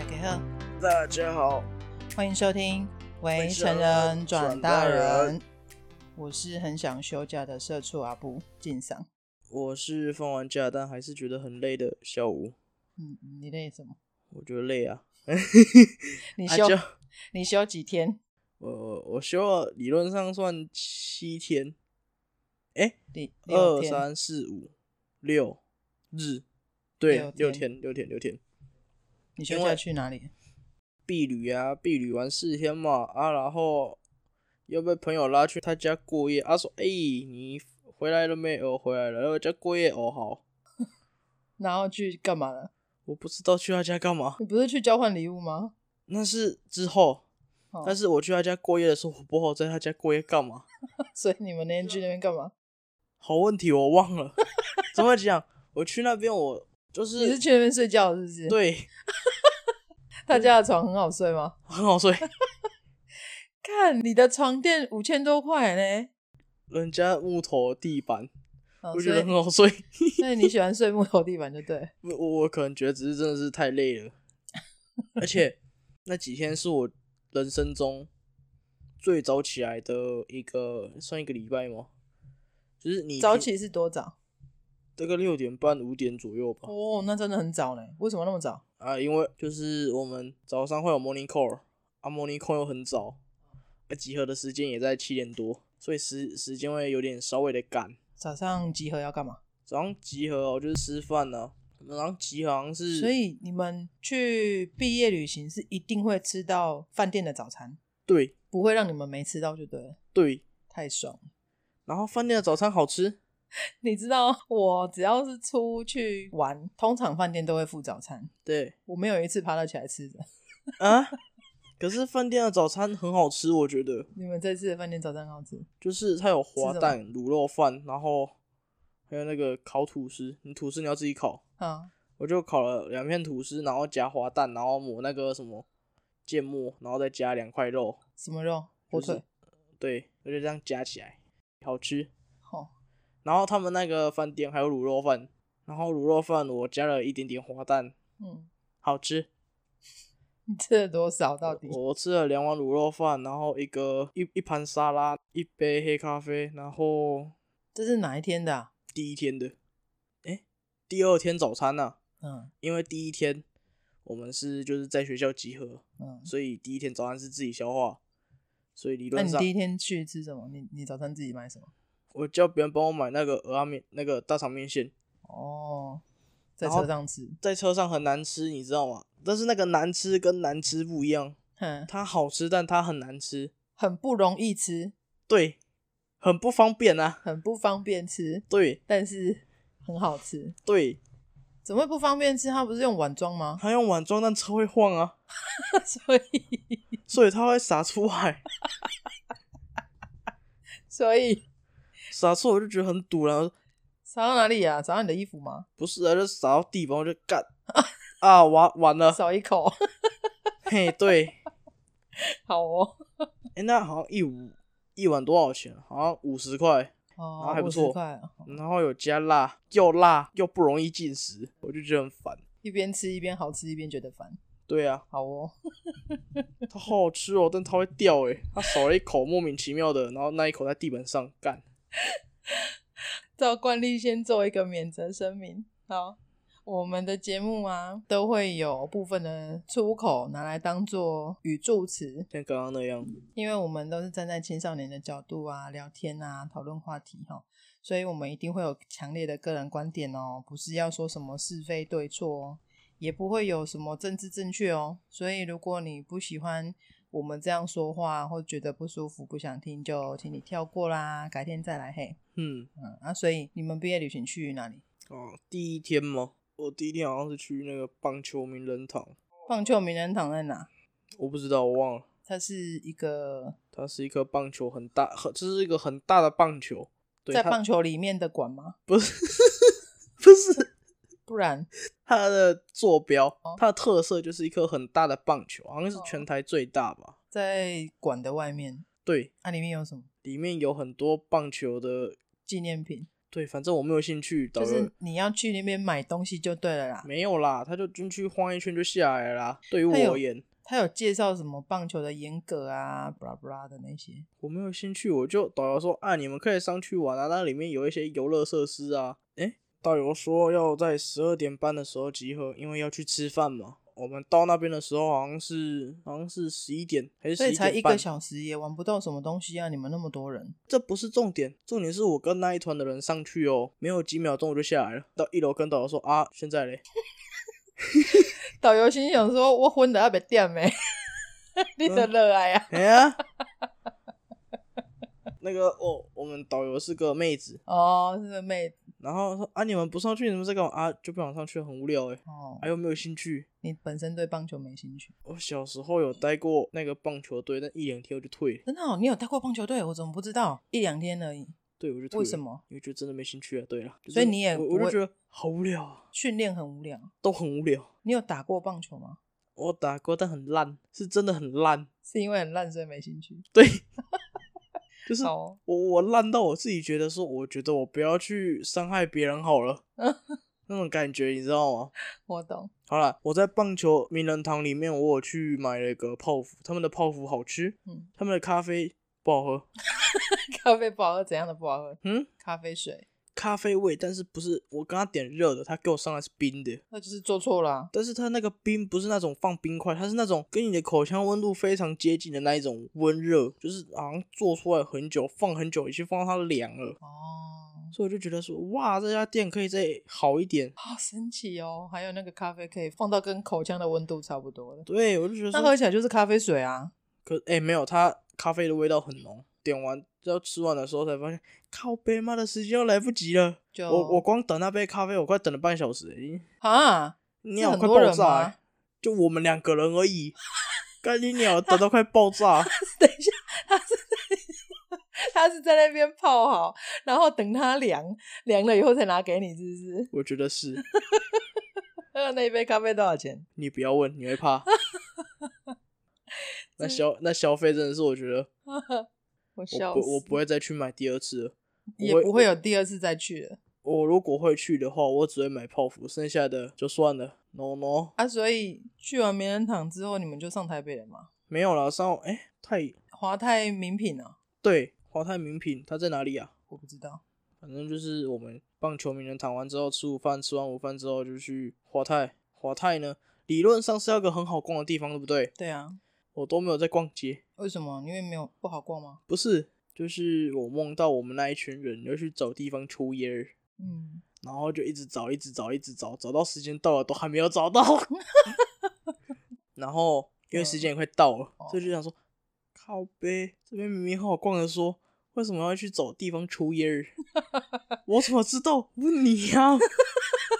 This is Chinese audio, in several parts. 维赫，大家好，欢迎收听《为成人转大人》我是很想休假的社畜阿布敬赏。我是放完假但还是觉得很累的小吴，嗯，你累什么？我觉得累啊，你啊休、就你休几天？我我我休了，理论上算七天，哎，你六二天三四五六日，对，六六天天六天六天，你休因假为去哪里？避旅啊，避旅玩四天嘛啊，然后又被朋友拉去他家过夜，啊说哎、你回来了没？哦回来了，然后家过夜哦好，然后去干嘛了？我不知道去他家干嘛，你不是去交换礼物吗？ 那是之后。哦但是我去他家过夜的时候，我不好在他家过夜干嘛？所以你们那天去那边干嘛？好问题，哦我忘了。 怎么讲？我去那边，我就你是是去那边睡觉是不是？，对，他家的床很好睡吗？很好睡。看你的床垫五千多块呢，人家木头地板，哦我觉所得以很好睡。 所以你喜欢睡木头地板就对了。我我可能觉得只是真的是太累了，而且那几天是我人生中最早起来的一个，算一个礼拜吗？就是 你早平起是多早？大概六点半五点左右吧。哦，那真的很早嘞。为什么那么早？啊，因为就是我们早上会有 morning call，啊，morning call 又很早，啊，集合的时间也在七点多，所以时时间会有点稍微的赶。早上集合要干嘛？早上集合哦，就是吃饭呢、我们早上集合好像是，所以你们去毕业旅行是一定会吃到饭店的早餐，对不会让你们没吃到就对了，对，太爽了。然后饭店的早餐好吃，你知道，我只要是出去玩，通常饭店都会附早餐，对我没有一次爬得起来吃的。啊，可是饭店的早餐很好吃，我觉得，你们这次的饭店早餐很好吃，就是它有滑是什么蛋、卤肉饭，然后还有那个烤吐司，你吐司你要自己烤，啊，我就烤了两片吐司，然后夹滑蛋，然后抹那个什么芥末，然后再加两块肉，什么肉？火就是腿。对，我就这样夹起来，好吃。好、然后他们那个饭店还有卤肉饭，然后卤肉饭我加了一点点滑蛋，嗯，好吃。你吃了多少？到底我吃了两碗卤肉饭，然后一个一一盘沙拉，一杯黑咖啡，然后这是哪一天的、啊？第一天的，哎、第二天早餐呢、嗯因为第一天我们是就是在学校集合，嗯，所以第一天早餐是自己消化，所以理那论你上第一天去吃什么？你你早餐自己买什么？我叫别人帮我买那个鹅阿面那个大肠面线，哦，在然后车上吃，在车上很难吃，你知道吗？但是那个难吃跟难吃不一样，哼，它好吃，但它很难吃，很不容易吃，对，很不方便啊，很不方便吃，对但是很好吃。对，怎么会不方便吃？它不是用碗装吗？ 它用碗装，但车会晃啊，所以，所以它会洒出来，所以 洒出来我就觉得很堵了，扫到哪里啊？扫到你的衣服吗？不是啊，就洒到地板，我就 干啊，完完了，扫一口， 嘿，对。好哦，哎、那好像一五一碗多少钱？好像五十块，哦后，还不50错块啊然后有加辣，又辣又不容易进食，我就觉得很烦。一边吃一边好吃，一边觉得烦，对啊，好哦， 它好好吃哦，但它会掉哎、它少了一口，莫名其妙的，然后那一口在地板上干。照惯例先做一个免责声明。好，我们的节目啊，都会有部分的出口拿来当做语助词，像刚刚那样，因为我们都是站在青少年的角度啊，聊天啊，讨论话题哈，所以我们一定会有强烈的个人观点哦，不是要说什么是非对错哦，也不会有什么政治正确哦。所以如果你不喜欢我们这样说话，或觉得不舒服、不想听，就请你跳过啦，改天再来嘿。嗯，嗯啊，所以你们毕业旅行去哪里？哦，第一天吗？我第一天好像是去那个棒球名人堂，棒球名人堂在哪？我不知道，我忘了。它是一个它是一颗棒球很大，很这是一个很大的棒球，对，在它棒球里面的馆吗？不是 不是不然它的坐标，哦它的特色就是一颗很大的棒球，好像是全台最大吧？在馆的外面，对，啊，里面有什么里面有很多棒球的纪念品？对，反正我没有兴趣，导就游、是你要去那边买东西就对了啦。没有啦，他就进去晃一圈就下来了啦。对于我他有而言，他有介绍什么棒球的严格啊，布拉布拉的那些。我没有兴趣，我就导游说啊，你们可以上去玩啊，那里面有一些游乐设施啊。诶，导游说要在十二点半的时候集合，因为要去吃饭嘛。我们到那边的时候好像是好像是十一点还是所十以才点一半个，小时也玩不到什么东西啊！你们那么多人，这不是重点，重点是我跟那一团的人上去哦，没有几秒钟我就下来了，到一楼跟导游说啊，现在嘞，导游心想说：“我混的要被点没？ 你的热爱啊哎呀，那个哦，我们导游是个妹子，！”哦，是个妹子然后说啊，你们不上去，你们在干嘛啊？就不想上去，很无聊哎、哦还，有没有兴趣？你本身对棒球没兴趣，我小时候有待过那个棒球队，但一两天我就退了，真的、哦，你有带过棒球队？我怎么不知道？一两天而已，对我就退了。为什？么？因为就真的没兴趣了。啊对了，就是所以你也我不我就会觉得好无聊啊，训练很无聊。都很无聊。你有打过棒球吗？我打过，但很烂，是真的很烂。是因为很烂所以没兴 趣？对，就是好哦，我我烂到我自己觉得说，我觉得我不要去伤害别人 好了，那种感觉你知道吗？我懂。好了，我在棒球名人堂里面，我有去买了一个泡芙，他们的泡芙好吃，嗯，他们的咖啡不好喝， 咖啡不好喝，怎样的不好喝？嗯，咖啡水，咖啡味，但是不是我跟他点热的，他给我上来是冰的，那就是做错了啊、但是他那个冰不是那种放冰块，它是那种跟你的口腔温度非常接近的那一种温热，就是好像做出来很久，放很久，已经放到它凉了，哦，所以我就觉得说，哇，这家店可以再好一点，好神奇哦！还有那个咖啡可以放到跟口腔的温度差不多的，对我就觉得那说喝，起来就是咖啡水啊。可哎、没有，它咖啡的味道很浓，点完要吃完的时候才发现，靠杯妈的时间要来不及了，就我我光等那杯咖啡，我快等了半小时、已经。啊，你是鸟很快多爆人炸、吗欸，就我们两个人而 已。干你鸟，等到快爆炸，等一下，他是在他是在那边泡好，然后等它凉凉了以后再拿给你，是不是？我觉得是喝那一杯咖啡多少钱？你不要问，你会 怕。那消那消费真的是，我觉得我笑死，我不我不会再去买第二次了。也我不会有第二次再去了我如果会去的话，我只会买泡芙，剩下的就算了。No no，啊。所以去完名人堂之后，你们就上台北了嘛？没有了。上哎、太华泰名品啊，对华泰名品，它在哪里啊？我不知道。反正就是我们棒球名人堂完之后吃午饭，吃完午饭之后就去华泰。华泰呢，理论上是要个很好逛的地方，对不对？对啊，我都没有在逛街，为什么？因为没有不好逛吗？不是，就是我梦到我们那一群人要去找地方抽烟儿，嗯，然后就一直找，一直找，一直找，找到时间到了都还没有找到， 然后因为时间也快到了，所以就想说，靠呗，这边明明很好逛的说，为什么要去找地方抽烟儿？ 我怎么知道？问你呀、 啊，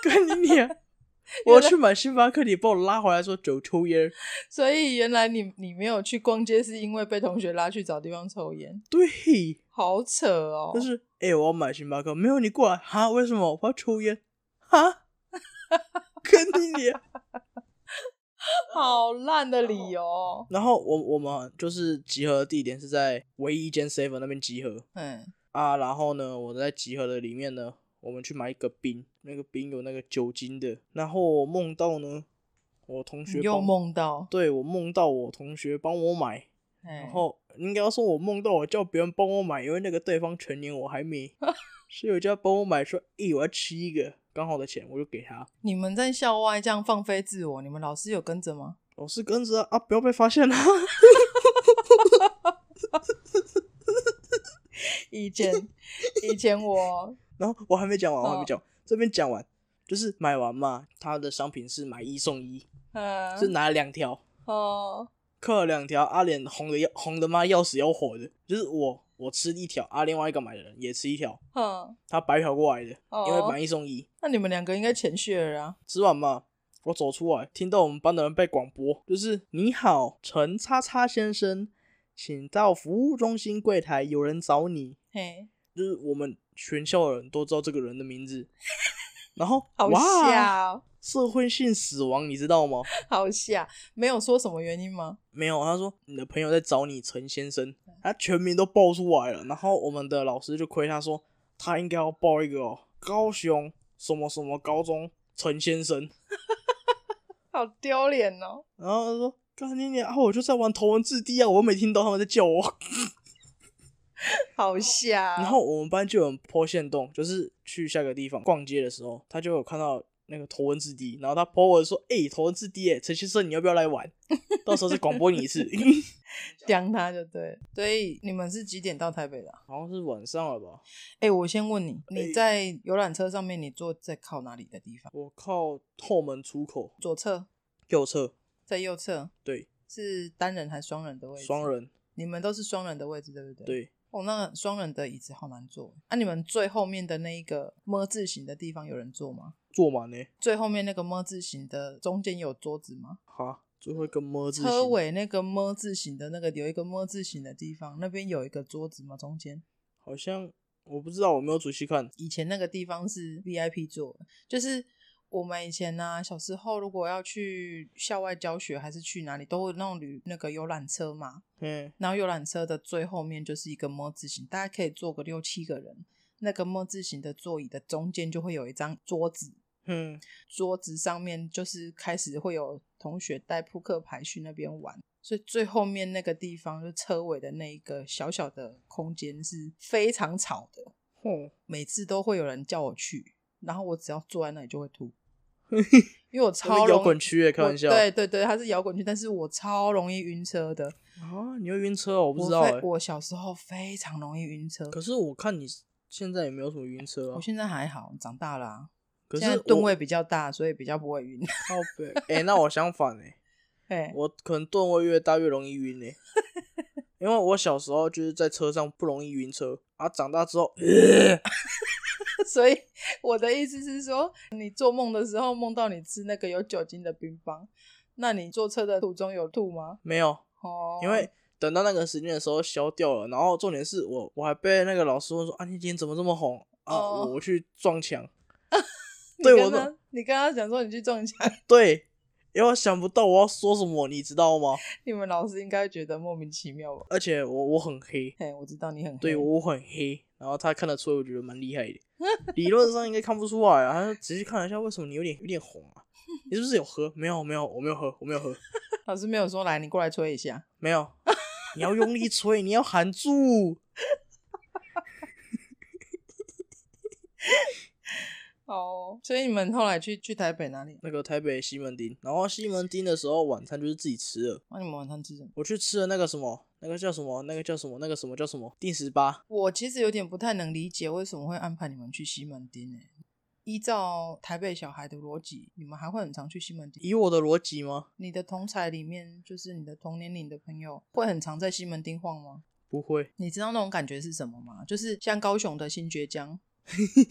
跟你啊，我要去买星巴克，你把我拉回来说走抽烟儿， 所以原来你你没有去逛街，是因为被同学拉去找地方抽烟，对。好扯哦。就是哎、欸我要买星巴克，没有你过来哈？为什么我要抽烟？哈？ 跟你脸。好烂的理由哦。然后我我们就是集合的地点是在唯一一间 seven 那边集合嗯，啊。然后呢，我在集合的里面呢，我们去买一个冰，那个冰有那个酒精的。然后我梦到呢，我同学你又帮，梦到，对我梦到我同学帮我买，然然后应该说，我梦到我叫别人帮我买，因为那个对方成年我 还没，所以我就要帮我买说，咦、我要吃一个，刚好的钱我就给他。你们在校外这样放飞自我，你们老师有跟着吗？老师跟着啊，啊不要被发现了。以前 以前 我然后我还没讲完，我还没哦讲完，这边讲完就是买完嘛，他的商品是买一送一，呃是拿了两条，哦刻了两条，阿脸红的要红的妈要死要活的，就是我我吃一条，啊另外一个买的人也吃一条，哼，他白嫖过来的，因为哦买一送一。那你们两个应该前血了啊。吃完嘛，我走出来，听到我们班的人被广播，就是你好，陈叉叉先生，请到服务中心柜台，有人找你。嘿，就是我们全校的人都知道这个人的名 字，然后好哇，吓、哦，社会性死亡，你知道吗？好吓，没有说什么原因吗？没有，他说你的朋友在找你，陈先生，他全名都报出来了，然后我们的老师就亏他说他应该要报一个哦，高雄什么什么高中陈先生。好丢脸哦！然后他说：“干你娘！啊，我就在玩头文字 D 啊，我又没听到他们在叫我。好吓。哦然后我们班就有人坡线洞，就是去下个地方逛街的时候，他就有看到那个头文字 D，然后他坡我说：“哎、头文字 D，哎、陈先生，你要不要来玩？ 到时候再广播你一次。 刁他就对了。所以你们是几点到台北的、啊？”好像是晚上了吧？哎、我先问你，你在游览车上面，你坐在靠哪里的地方？我靠后门出口左侧，右侧，在右侧对，是单人还是双人的位置？双，人你们都是双人的位置，对不对？。对，哦，那双人的椅子好难坐。啊，你们最后面的那一个么字形的地方有人坐吗？坐满呢、最后面那个么字形的中间有桌子吗？哈，最后一个么字形车尾那个么字形的那个有一个么字形的地方，那边有一个桌子吗？中间好像我不知道，我没有仔细看。以前那个地方是 VIP 座，就是我们以前呢、啊小时候如果要去校外教学还是去哪里，都会有那种旅那个游览车嘛，嗯，然后游览车的最后面就是一个么字形，大概可以坐个六七个人。那个么字形的座椅的中间就会有一张桌子，嗯，桌子上面就是开始会有同学带扑克牌去那边玩，所以最后面那个地方就车尾的那一个小小的空间是非常吵的，吼，每次都会有人叫我去，然后我只要坐在那里就会 吐，因为我超那个摇容滚区耶，开玩笑。我对对对，它是摇滚区，但是我超容易晕车的，啊，你会晕车哦？我我不知道哎、非我小时候非常容易晕车，可是我看你现在也没有什么晕车啊我。现在还好，长大了、啊，可现在是吨我位比较大，所以比较不会晕。 靠北，哎、那我相反哎、哎，我可能吨位越大越容易晕哎、因为我小时候就是在车上不容易晕车啊，长大之后， 所以我的意思是说，你做梦的时候梦到你吃那个有酒精的冰棒，那你坐车的途中有吐吗？没有，哦，因为等到那个时间的时候消掉了。然后重点是我我还被那个老师问说啊，你今天怎么这么红啊？哦我我去撞墙， 你对跟我他的你跟他讲说你去撞墙，对，因为我想不到我要说什么，你知道吗？ 你们老师应该觉得莫名其妙吧？而且我我很黑，嘿，我知道你很黑对我很黑，然后他看得出来，我觉得蛮厉害的。理论上应该看不出来啊，他仔细看了一下，为什么你有点有点红啊？你是不是有喝？没有没有，我没有喝，我没有喝，老师没有说来，你过来吹一下。没有。你要用力吹，你要含住。哦，所以你们后来去去台北哪里？那个台北西门町，然后西门町的时候晚餐就是自己吃的，那、你们晚上吃什么？我去吃了那个什么，那个叫什么，那个叫什么，那个什么叫什么定十八，我其实有点不太能理解为什么会安排你们去西门町呢、欸依照台北小孩的逻辑，你们还会很常去西门町？以我的逻辑吗？你的同才里面，就是你的同年龄的朋友，会很常在西门町晃吗？不会，你知道那种感觉是什么吗？就是像高雄的新爵江，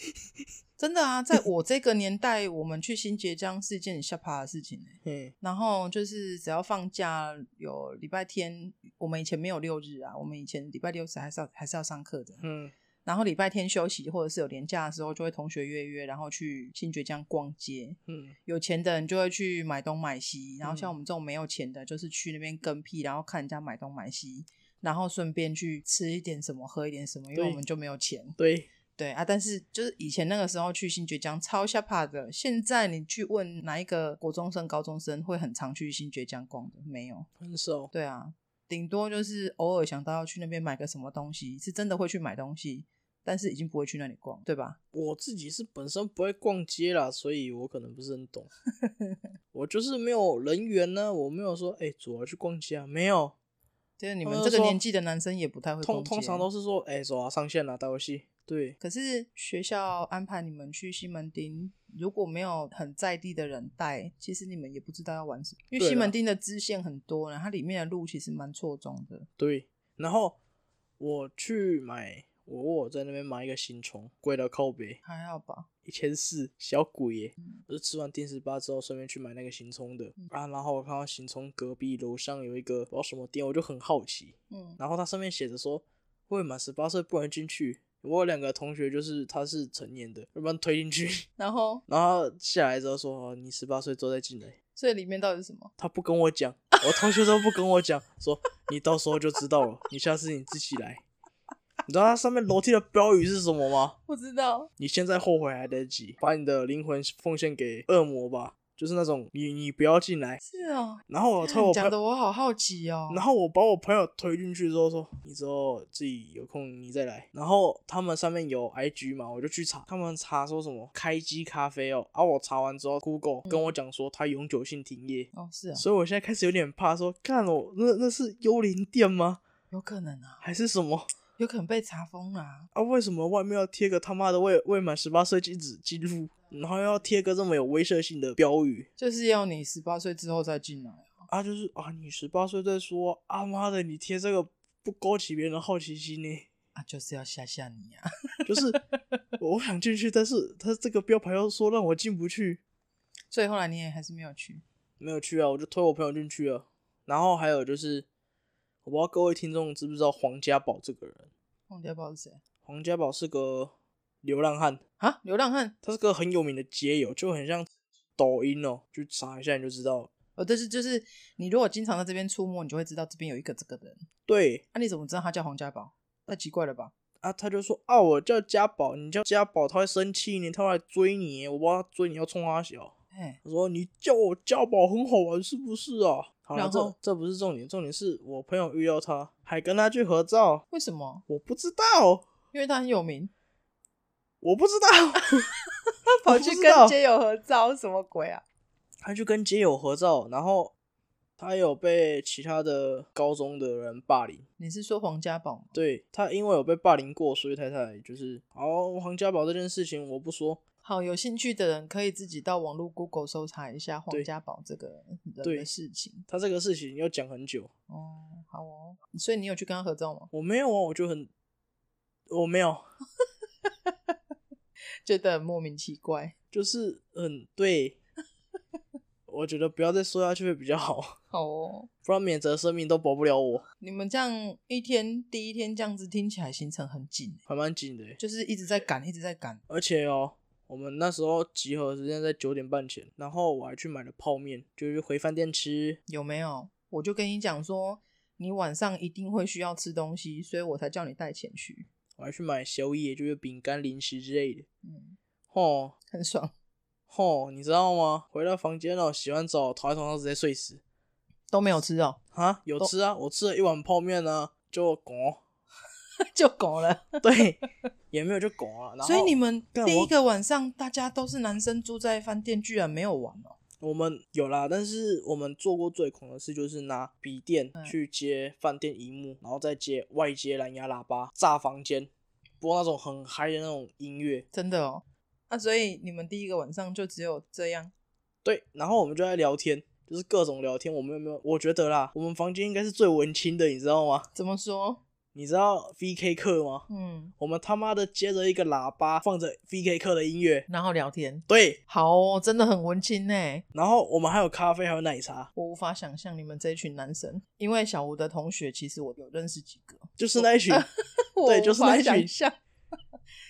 真的啊，在我这个年代，我们去新爵江是一件很下趴的事情、欸、嘿，然后就是只要放假有礼拜天，我们以前没有六日啊，我们以前礼拜六是还是要还是要上课的。嗯，然后礼拜天休息或者是有年假的时候，就会同学约一约，然后去新爵江逛街。嗯，有钱的人就会去买东买西，然后像嗯我们这种没有钱的，就是去那边跟屁，然后看人家买东买西，然后顺便去吃一点什么，喝一点什么，因为对我们就没有钱。对，对啊，但是就是以前那个时候去新爵江超下怕的，现在你去问哪一个国中生、高中生会很常去新爵江逛的，没有。很少，对啊，顶多就是偶尔想到要去那边买个什么东西，是真的会去买东西，但是已经不会去那里逛，对吧？我自己是本身不会逛街啦，所以我可能不是 很懂。我就是没有人缘呢、我没有说，哎、走啊，去逛街啊，没有。就是你他们们这就个说年纪的男生也不太会通逛通街常都是说，哎、走啊，上线啊，打游戏。对，可是学校安排你们去西门町，如果没有很在地的人带，其实你们也不知道要玩什么。因为对西啦门町的支线很多呢，它里面的路其实蛮错综的。对，然后我去买，我我在那边买一个新虫，贵到靠北，还好吧？一千四，小鬼耶！我就吃完定时八之后，顺便去买那个行冲的啊。然后我看到行冲隔壁楼上有一个不知道什么店，我就很好奇，嗯，然后它上面写着说未满十八岁不能进去。我有两个同学就是他是成年的，要不然推进去。 然后然后下来之后说哦你十八岁之后再进来，所以里面到底是什么？他不跟我讲，我同学都不跟我讲，说你到时候就知道了，你下次你自己来。 你知道它上面楼梯的标语是什么吗？不知道，你现在后悔还来得及，把你的灵魂奉献给恶魔吧，就是那种你你不要进来。是哦，然后我推我朋讲的友，我好好奇哦。然后我把我朋友推进去之后说，你之后自己有空你再来。然后他们上面有 IG 嘛，我就去查，他们查说什么开机咖啡哦，啊，我查完之后 Google 跟我讲说它永久性停业，哦，是哦，所以我现在开始有点怕说，看我那那是幽灵店吗？有可能啊，还是什么？有可能被查封啊。啊，为什么外面要贴个他妈的未未满十八岁禁止进入，然后要贴个这么有威慑性的标语就是要你十八岁之后再进来。啊？就是啊，你十八岁再说，啊妈的，你贴这个不勾起别人的好奇心呢？ 啊，就是要吓吓你啊！ 就是我想进去，但是他这个标牌又说让我进不去，所以后来你也还是没有去，没有去啊，我就推我朋友进去了。然后还有就是，我不知道各位听众知不知道黄家宝这个人，忘掉不知道是谁黄家宝是个流浪汉，啊？流浪汉他是个很有名的街友，就很像抖音哦，去查一下你就知道了。哦，但是就是你如果经常在这边出没，你就会知道这边有一个这个人。啊对那、你怎么知道他叫黄家宝？太奇怪了吧？啊，他就说啊，我叫家宝，你叫家宝，他会生气呢，他会来追你，我不知道他追你要冲他小。哎，他说你叫我家宝很好玩是不是啊？好了，然后这这不是重点，重点是我朋友遇到他，还跟他去合照，为什么？我不知道，因为他很有名，我不知道， 他我跑不去知跟道街友合照，什么鬼啊？他去跟街友合照，然后他有被其他的高中的人霸凌。你是说黄家宝吗？对他，因为有被霸凌过，所以他才就是哦，黄家宝这件事情我不说，好，有兴趣的人可以自己到网络 Google 搜查一下黄对家宝这个人的对事情。他这个事情要讲很久。哦，好哦。所以你有去跟他合照吗？我没有啊，我就很，我没有，觉得很莫名其怪。就是很对。我觉得不要再说下去会比较好，好哦。不然免责声明都保不了我，你们这样一天第一天这样子听起来行程很紧欸，还蛮紧的欸。就是一直在赶，一直在赶。而且哦，我们那时候集合时间在九点半前，然后我还去买了泡面，就是回饭店吃。有没有？我就跟你讲说，你晚上一定会需要吃东西，所以我才叫你带钱去。我还去买宵夜，就是饼干、零食之类的。嗯，吼很爽，吼，你知道吗？回到房间了，洗完澡躺在床上直接睡死。都没有吃哦， 啊，有吃啊，我吃了一碗泡面呢，就哦拱。就狗了。对， 也没有就拱啊。然后所以你们干第我一个晚上大家都是男生住在饭店，居然没有玩哦。我们有啦，但是我们做过最恐的事就是拿笔电嗯去接饭店荧幕，然后再接外接蓝牙喇叭炸房间，播那种很嗨的那种音乐。真的哦。那、所以你们第一个晚上就只有这样，对，然后我们就在聊天，就是各种聊天。我们有没有？我觉得啦，我们房间应该是最文青的，你知道吗？怎么说？你知道 VK 课吗？嗯，我们他妈的接着一个喇叭放着 VK 课的音乐，然后聊天，对，好哦，真的很文青呢。然后我们还有咖啡，还有奶茶，我无法想象你们这一群男生，因为小吴的同学，其实我有认识几个，就是那 一群 对就是那我一无法想群象，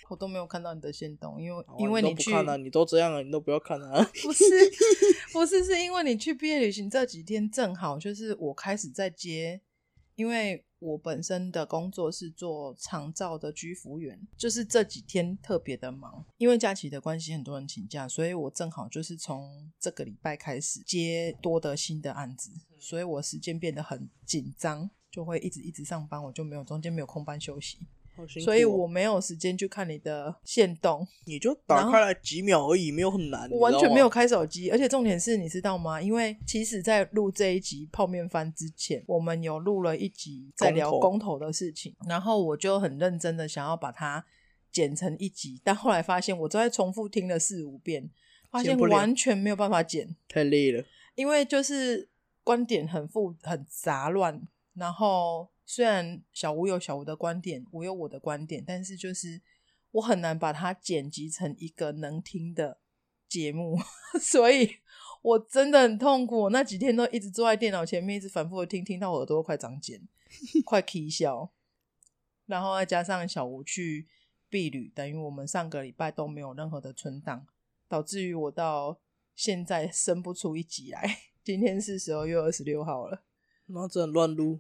我都没有看到你的行动，因为好啊因为你都去不看了、你都这样了，你都不要看了、 啊。不是 不是是因为你去毕业旅行这几天正好就是我开始在接，因为我本身的工作是做长照的居服务员，就是这几天特别的忙，因为假期的关系，很多人请假，所以我正好就是从这个礼拜开始接多的新的案子，嗯所以我时间变得很紧张。就会一直一直上班，我就没有中间没有空班休息，好辛所以苦哦我没有时间去看你的线动，你就然打后开来几秒而已，没有很难。我完全没有看。开手机，而且重点是，你知道吗？因为其实，在录这一集泡面番之前，我们有录了一集在聊公投公投的事情，然后我就很认真的想要把它剪成一集，但后来发现我都在重复听了四五遍，发剪现不了完全没有办法剪，太累了。因为就是观点很复很杂乱，然后虽然小吴有小吴的观点，我有我的观点，但是就是我很难把它剪辑成一个能听的节目， 所以我真的很痛苦。我那几天都一直坐在电脑前面，一直反复的听，听到我耳朵快长茧，快 啼笑。然后再加上小吴去避旅，等于我们上个礼拜都没有任何的存档，导致于我到现在生不出一集来。 今天是十二月二十六号了，然后只能乱录，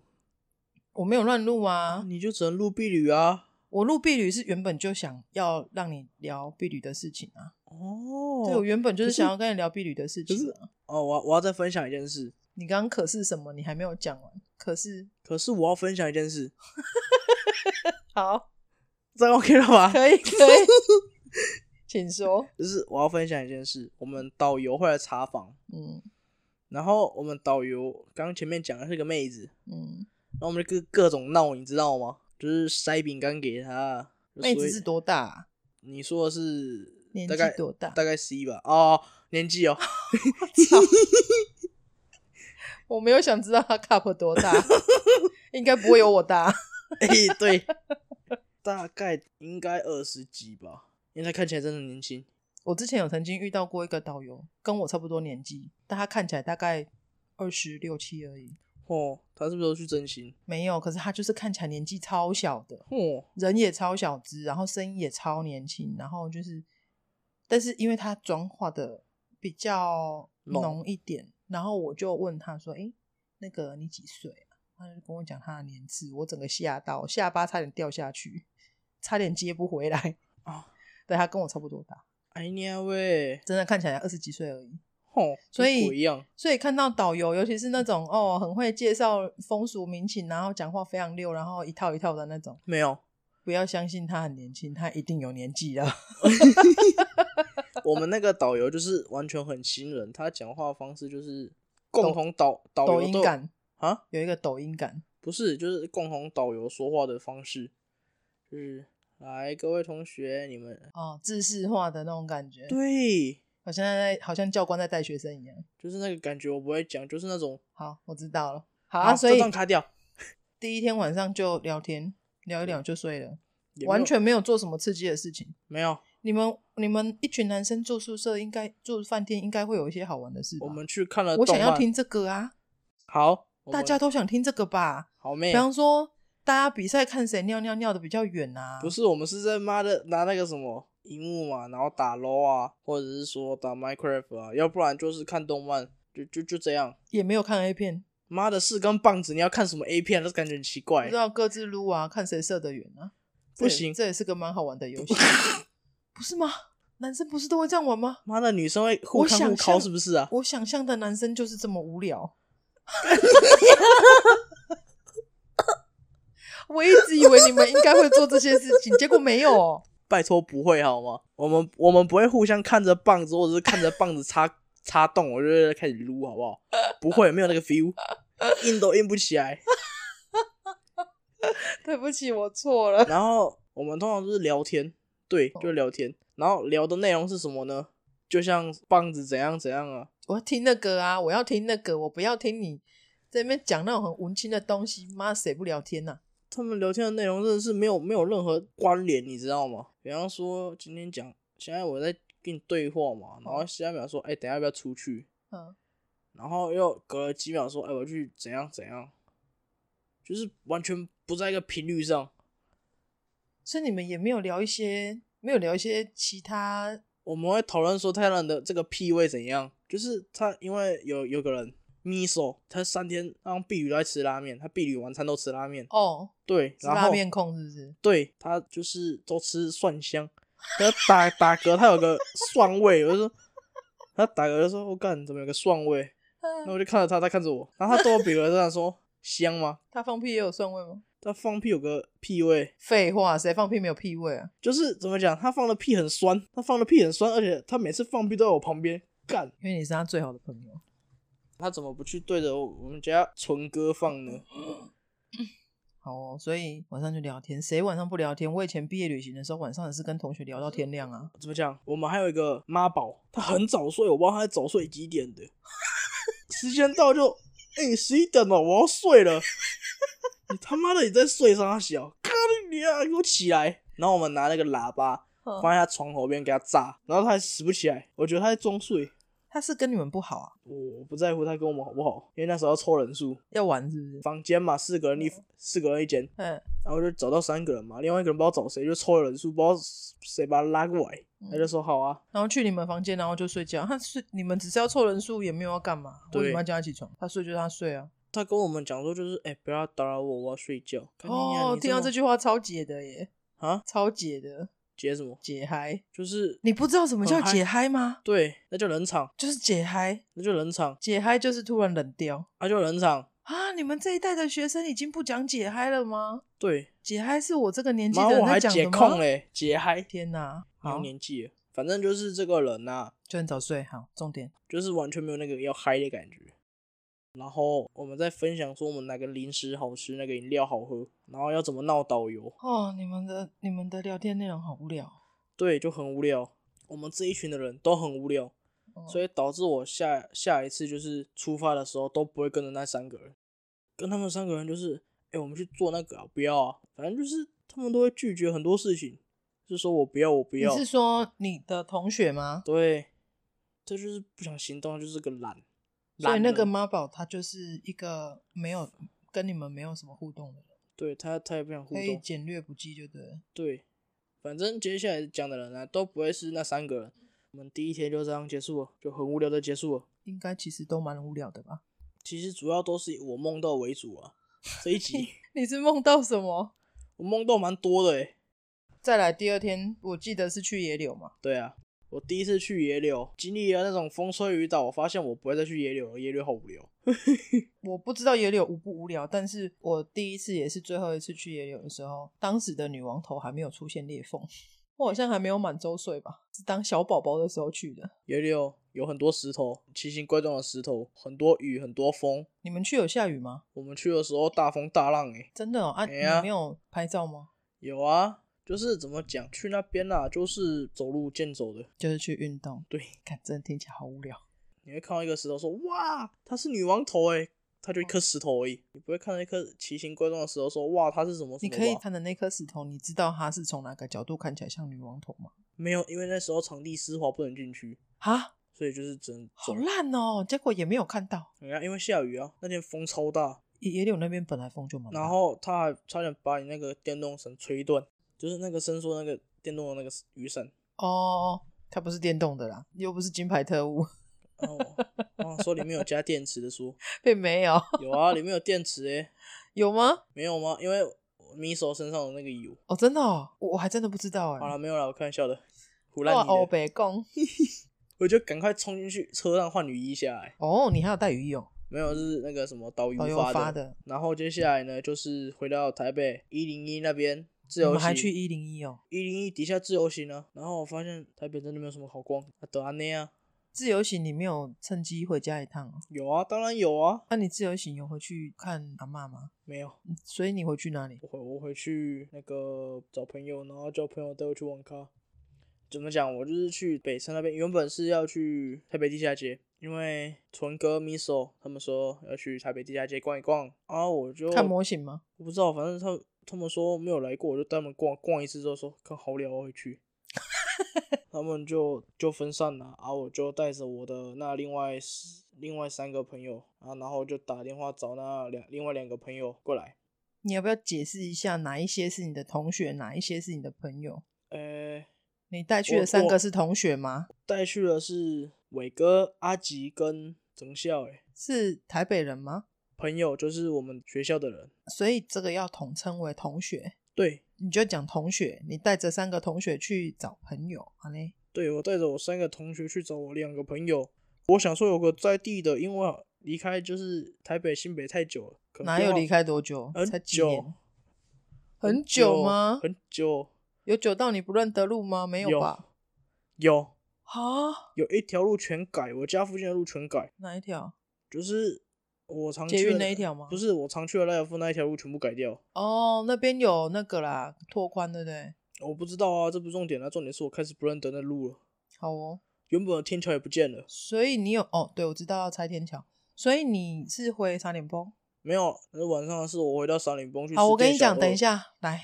我没有乱录啊，嗯你就只能录婢女啊。我录婢女是原本就想要让你聊婢女的事情啊，哦对我原本就是可是想要跟你聊婢女的事情、啊。哦，我要我要再分享一件事，你刚刚可是什么？你还没有讲完。可是可是我要分享一件事， 好，这样 OK 了吧？可以可以，请说。 就是我要分享一件事，我们导游会来查房，嗯然后我们导游刚前面讲的是个妹子，嗯，然后我们就各各种闹，你知道吗？就是塞饼干给她。就妹子所以是多大啊、你说的是年大纪概多大？大概十一吧？哦，年 纪哦，我没有想知道他 cup 多大，应该不会有我大。哎、对，大概应该二十几吧，因为她看起来真的年轻。我之前有曾经遇到过一个导游，跟我差不多年纪，但他看起来大概二十六七而已。哦，她是不是都去真心？没有，可是他就是看起来年纪超小的，哦，人也超小只，然后声音也超年轻，然后就是，但是因为他妆化的比较浓浓一点，然后我就问他说：“诶，那个你几岁啊？”他就跟我讲他的年次，我整个吓到，下巴差点掉下去，差点接不回来啊！对他跟我差不多大，哎呀喂，真的看起来二十几岁而已。哦，所以跟鬼一样。所以看到导游，尤其是那种哦很会介绍风俗民情，然后讲话非常溜，然后一套一套的那种，没有，不要相信他很年轻，他一定有年纪了。我们那个导游就是完全很新人，他讲话方式就是共同导导抖游音都感啊，有一个抖音感，不是，就是共同导游说话的方式，就是来各位同学，你们哦，自式化的那种感觉。，对，我现在在好像教官在带学生一样。就是那个感觉，我不会讲，就是那种好，我知道了。好啊，所这以段卡掉，第一天晚上就聊天，聊一聊就睡了，也没有完全没有做什么刺激的事情。没有。你们你们一群男生住宿舍，应该住饭店，应该会有一些好玩的事吧？我们去看了动我漫，想要听这个啊，好，我大们家都想听这个吧？好比妹，方说，大家比赛看谁尿尿尿的比较远啊？不是我们是在妈的拿那个什么荧幕嘛，然后打 LO 啊，或者是说打 Minecraft 啊，要不然就是看动漫，就就就这样。也没有看 A 片，妈的，四根棒子，你要看什么 A 片，都感觉很奇不怪知。道各自撸啊，看谁射得远啊。这哎不也行这也是个蛮好玩的游戏，不是吗？男生不是都会这样玩吗？妈的，女生会互看互我想象敲是不是啊？我想象的男生就是这么无聊。我一直以为你们应该会做这些事情，结果没有哦。拜托不会好吗？我们我们不会互相看着棒子，或者是看着棒子插 插洞，我就会开始撸好不好？不会，没有那个 feel，硬都硬不起来。对不起，我错了。然后我们通常都是聊天，对，就聊天。然后聊的内容是什么呢？就像棒子怎样怎样啊，我要听那个啊，我要听那个，我不要听你在那边讲那种很文青的东西。妈，谁不聊天呐、他们聊天的内容真的是没有没有任何关联，你知道吗？比方说今天讲，现在我在跟你对话嘛，然后下一秒说，哎、等一下要不要出去？嗯，然后又隔了几秒说，哎、我去怎样怎样，就是完全不在一个频率上。所以你们也没有聊一些，没有聊一些其他我们会讨论说泰兰的这个屁味怎样，就是他因为有有个人 miso，他三天让婢女都在吃拉面，他婢女晚餐都吃拉面，哦，对，是然拉后面控是不是？对他就是都吃蒜香，他打打嗝他有个蒜味，我就说他打嗝就说我干、怎么有个蒜味，然后嗯我就看着他，他看着我，然后他对我比了这样说香吗？他放屁也有蒜味吗？他放屁有个屁味，废话，谁放屁没有屁味啊？就是怎么讲，他放的屁很酸，他放的屁很酸，而且他每次放屁都在我旁边干。因为你是他最好的朋友。他怎么不去对着我我们家纯哥放呢？好哦，所以晚上就聊天，谁晚上不聊天？我以前毕业旅行的时候，晚上也是跟同学聊到天亮 啊。怎么讲？我们还有一个妈宝，他很早睡，我不知道他早睡几点的。 时间到就，哎、十一点了，我要睡了。 你他妈的你在睡啥小？看你啊，给我起来！然后我们拿那个喇叭放在他床头边给他炸，然后他还死不起来。我觉得他在装睡，他是跟你们不好啊，我不在乎他跟我们好不好，因为那时候要凑人数，要玩是不是？房间嘛，四个人一四个人一间，嗯然后就找到三个人嘛，另外一个人不知道找谁，就抽了人数，不知道谁把他拉过来，嗯他就说好啊，然后去你们房间，然后就睡觉。他是你们只是要凑人数，也没有要干嘛。对为什么要叫他起床？他睡就让他睡啊。他跟我们讲说就是哎、不要打扰我，我要睡觉。干你娘哦，你听到么这句话超解的耶。啊，超解的解什么？解嗨。就是你不知道什么叫很嗨解嗨吗？对，那叫冷场，就是解嗨，那就冷场，解嗨就是突然冷掉那就冷场。啊！你们这一代的学生已经不讲解嗨了吗？对，解嗨是我这个年纪然的后人我还在讲的解吗？控嘞，解嗨，天哪，有好，年纪了，反正就是这个人呐、就很早睡，好，重点。就是完全没有那个要嗨的感觉。然后我们再分享说我们哪个零食好吃，哪个饮料好喝，然后要怎么闹导游，哦，你们的你们的聊天内容好无聊，对，就很无聊。我们这一群的人都很无聊，哦所以导致我下下一次就是出发的时候都不会跟着那三个人，跟他们三个人就是，哎、我们去做那个啊，不要啊，反正就是他们都会拒绝很多事情，就说我不要，我不你要，是说你的同学吗？对，这就是不想行动，就是个懒，所以懒那个人妈宝他就是一个没有跟你们没有什么互动的人，对他他也不想互可以动，简略不计就对了。对，反正接下来讲的人呢、都不会是那三个人。我们第一天就这样结束了，就很无聊的结束了。应该其实都蛮无聊的吧？其实主要都是以我梦到为主啊。这一集你是梦到什么？我梦到蛮多的诶、欸再来第二天，我记得是去野柳嘛，对啊，我第一次去野柳，经历了那种风吹雨打，我发现我不会再去野柳了。野柳好无聊。我不知道野柳无不无聊，但是我第一次也是最后一次去野柳的时候，当时的女王头还没有出现裂缝，我好像还没有满周岁吧，是当小宝宝的时候去的。野柳有很多石头，奇形怪状的石头，很多雨，很多风。你们去有下雨吗？我们去的时候大风大浪诶、真的哦啊，哎呀你没有拍照吗？有啊，就是怎么讲，去那边啦、就是走路健走的。就是去运动，对，看真的听起来好无聊。你会看到一个石头说哇，它是女王头诶、它就一颗石头而已。你不会看到一颗奇形怪状的石头说哇，它是什么什你么吧？可以看的那颗石头，你知道它是从哪个角度看起来像女王头吗？没有，因为那时候场地湿滑不能进去，啊，所以就是只能好走。烂哦！结果也没有看到。人家因为下雨啊，那天风超大，野野柳那边本来风就蛮大，然后他还差点把你那个电动绳吹断，就是那个伸缩那个电动的那个雨伞。哦，它不是电动的啦，又不是金牌特务， 然后我啊，说里面有加电池的说，并没有，有啊，里面有电池诶、有吗？没有吗？因为我米手身上有那个油。哦，真的哦，我我还真的不知道哎、好了，没有了，我开玩笑的，胡乱哇，哦你的欧北贡我就赶快冲进去车上换雨衣下来，哦，你还有带雨衣哦，没有是那个什么导游导游发的。发的，然后接下来呢，就是回到台北一零一那边自你由们行，还去一零一哦，一零一底下自由行啊。然后我发现台北真的没有什么好逛，啊，德安内啊，自由行你没有趁机回家一趟哦？有啊，当然有啊，那、你自由行有回去看阿嬷吗？没有，嗯所以你回去哪里？我回我回去那个找朋友，然后叫朋友带我去网咖。怎么讲？我就是去北山那边，原本是要去台北地下街，因为纯哥、miso 他们说要去台北地下街逛一逛，然后我就看模型吗？我不知道，反正他们他们说没有来过，我就带他们逛逛一次之后说，看好无聊，我回去。他们就就分散了，啊，我就带着我的那另外四另外三个朋友啊，然后就打电话找那两另外两个朋友过来。你要不要解释一下哪一些是你的同学，哪一些是你的朋友？呃、你带去我的三我个是同学吗？带去的是伟哥、阿吉跟曾孝，诶，是台北人吗？朋友就是我们学校的人。所以这个要统称为同学，对，你就讲同学，你带着三个同学去找朋友，好嘞。对我带着我三个同学去找我两个朋友，我想说有个在地的，因为离开就是台北新北太久了，可能哪有电话离开多久？才很几久年？，很久吗？很久，有久到你不认得路吗？没有吧？有啊，有一条路全改，我家附近的路全改，哪一条？就是我常捷去的运那一条吗不是我常去的赖尔夫那一条路全部改掉。哦，那边有那个啦，拓宽，对不对？我不知道啊，这不是重点啊，重点是我开始不认得那路了，好哦，原本的天桥也不见了，所以你有哦，对，我知道要拆天桥，所以你是回茶点崩。没有，那晚上是我回到三岭崩去。好，我跟你讲，等一，下来，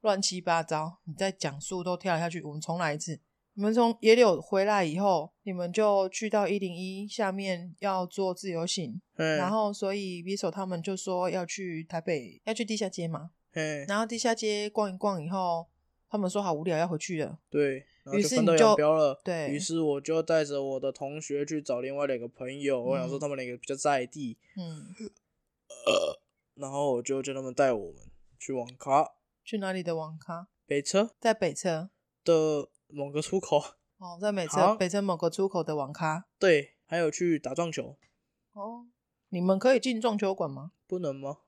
乱七八糟，你再讲述都跳下去，我们重来一次。你们从野柳回来以后，你们就去到一零一下面要做自由行，嗯，然后所以 Viso 他们就说要去台北，要去地下街嘛。嗯，然后地下街逛一逛以后，他们说好无聊要回去了，对，然后于就是分你道就扬镳了。对于是我就带着我的同学去找另外两个朋友，我想说嗯他们两个比较在地，嗯，然后我就叫他们带我们去网咖。去哪里的网咖？北车在北侧的某个出口，哦，在北好侧北侧某个出口的网咖对，还有去打撞球，哦。你们可以进撞球馆吗？不能吗？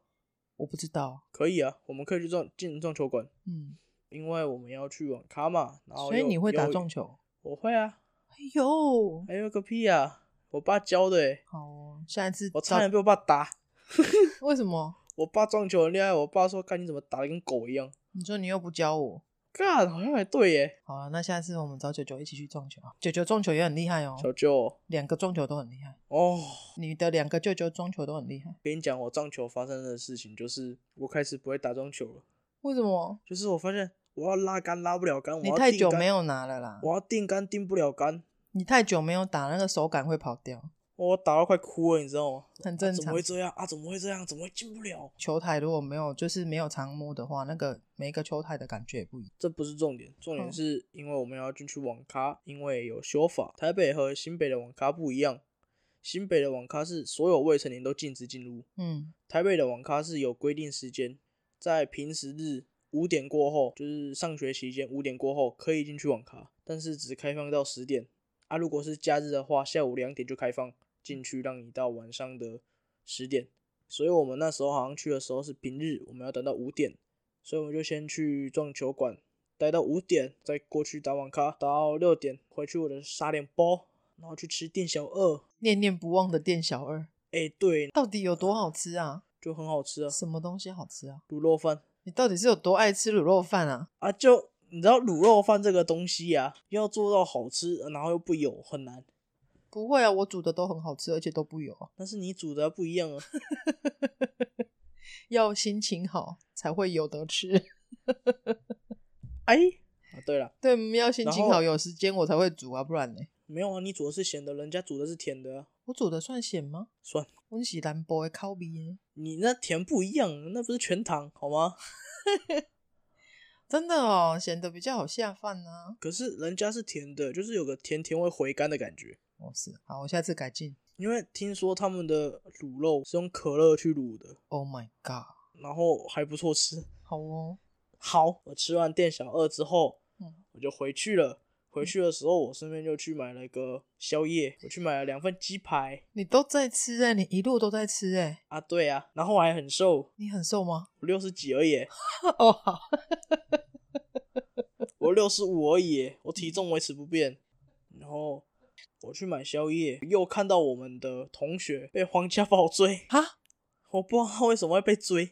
我不知道，可以啊，我们可以去撞进撞球馆，嗯，因因为我们要去网咖嘛。然后所以又你会打又撞球？我会啊，哎呦，还哦有个屁啊！我爸教的、欸，好哦，下一次我找差点被我爸打。为什么？我爸撞球很厉害，我爸说：“看你怎么打的跟狗一样。你说你又不教我。”干，好像还对耶、好啊了，那下次我们找九九一起去撞球。啊九九撞球也很厉害哦，小舅两个撞球都很厉害。哦，你的两个舅舅撞球都很厉害，跟你讲我撞球发生的事情，就是我开始不会打撞球了，为什么？就是我发现我要拉杆拉不了杆，我你要太定久杆没，有拿了啦，我要定杆定不了杆，你太久没有打，那个手感会跑掉，我打到快哭了，你知道吗？啊很正怎常么会。这样啊？怎么会这样？怎么会进不了？球台如果没有就是没有常摸的话，那个每一个球台的感觉也不一样。这不是重点，重点嗯是因为我们要进去网咖，因为有修法，台北和新北的网咖不一样，新北的网咖是所有未成年都禁止进入，嗯，台北的网咖是有规定时间，在平时日五点过后，就是上学期间五点过后可以进去网咖，但是只开放到十点。啊，如果是假日的话，下午两点就开放进去，让你到晚上的十点。所以我们那时候好像去的时候是平日，我们要等到五点，所以我们就先去撞球馆，待到五点，再过去打网咖，打到六点，回去我的沙脸包，然后去吃店小二。念念不忘的店小二哎、对，到底有多好吃啊？就很好吃啊，什么东西好吃啊？卤肉饭。你到底是有多爱吃卤肉饭啊？啊，就你知道卤肉饭这个东西呀、要做到好吃，然后又不油很难。不会啊，我煮的都很好吃，而且都不油啊，但是你煮的不一样啊，要心情好才会有得吃。 哎，啊对了，对，嗯要心然情后好，有时间我才会煮啊，不然呢？没有啊，你煮的是咸的，人家煮的是甜的、啊，我煮的算咸吗？算我是兰博的口味耶，你那甜不一样，啊那不是全糖好吗？ 真的哦，咸的比较好下饭啊。可是人家是甜的，就是有个甜甜会回甘的感觉。哦，是，好，我下次改进。因为听说他们的卤肉是用可乐去卤的， Oh my god，然后还不错吃。好哦，好，我吃完店小二之后，嗯我就回去了。回去的时候，我顺便就去买了一个宵夜，我去买了两份鸡排你都在吃哎、你一路都在吃哎、啊，对啊，然后我还很瘦，你很瘦 吗？我六十几而已耶，哦，好，我六十五而已耶，我体重维持不变。然后我去买宵夜，又看到我们的同学被黄家宝追，哈，我不知道他为什么会被追，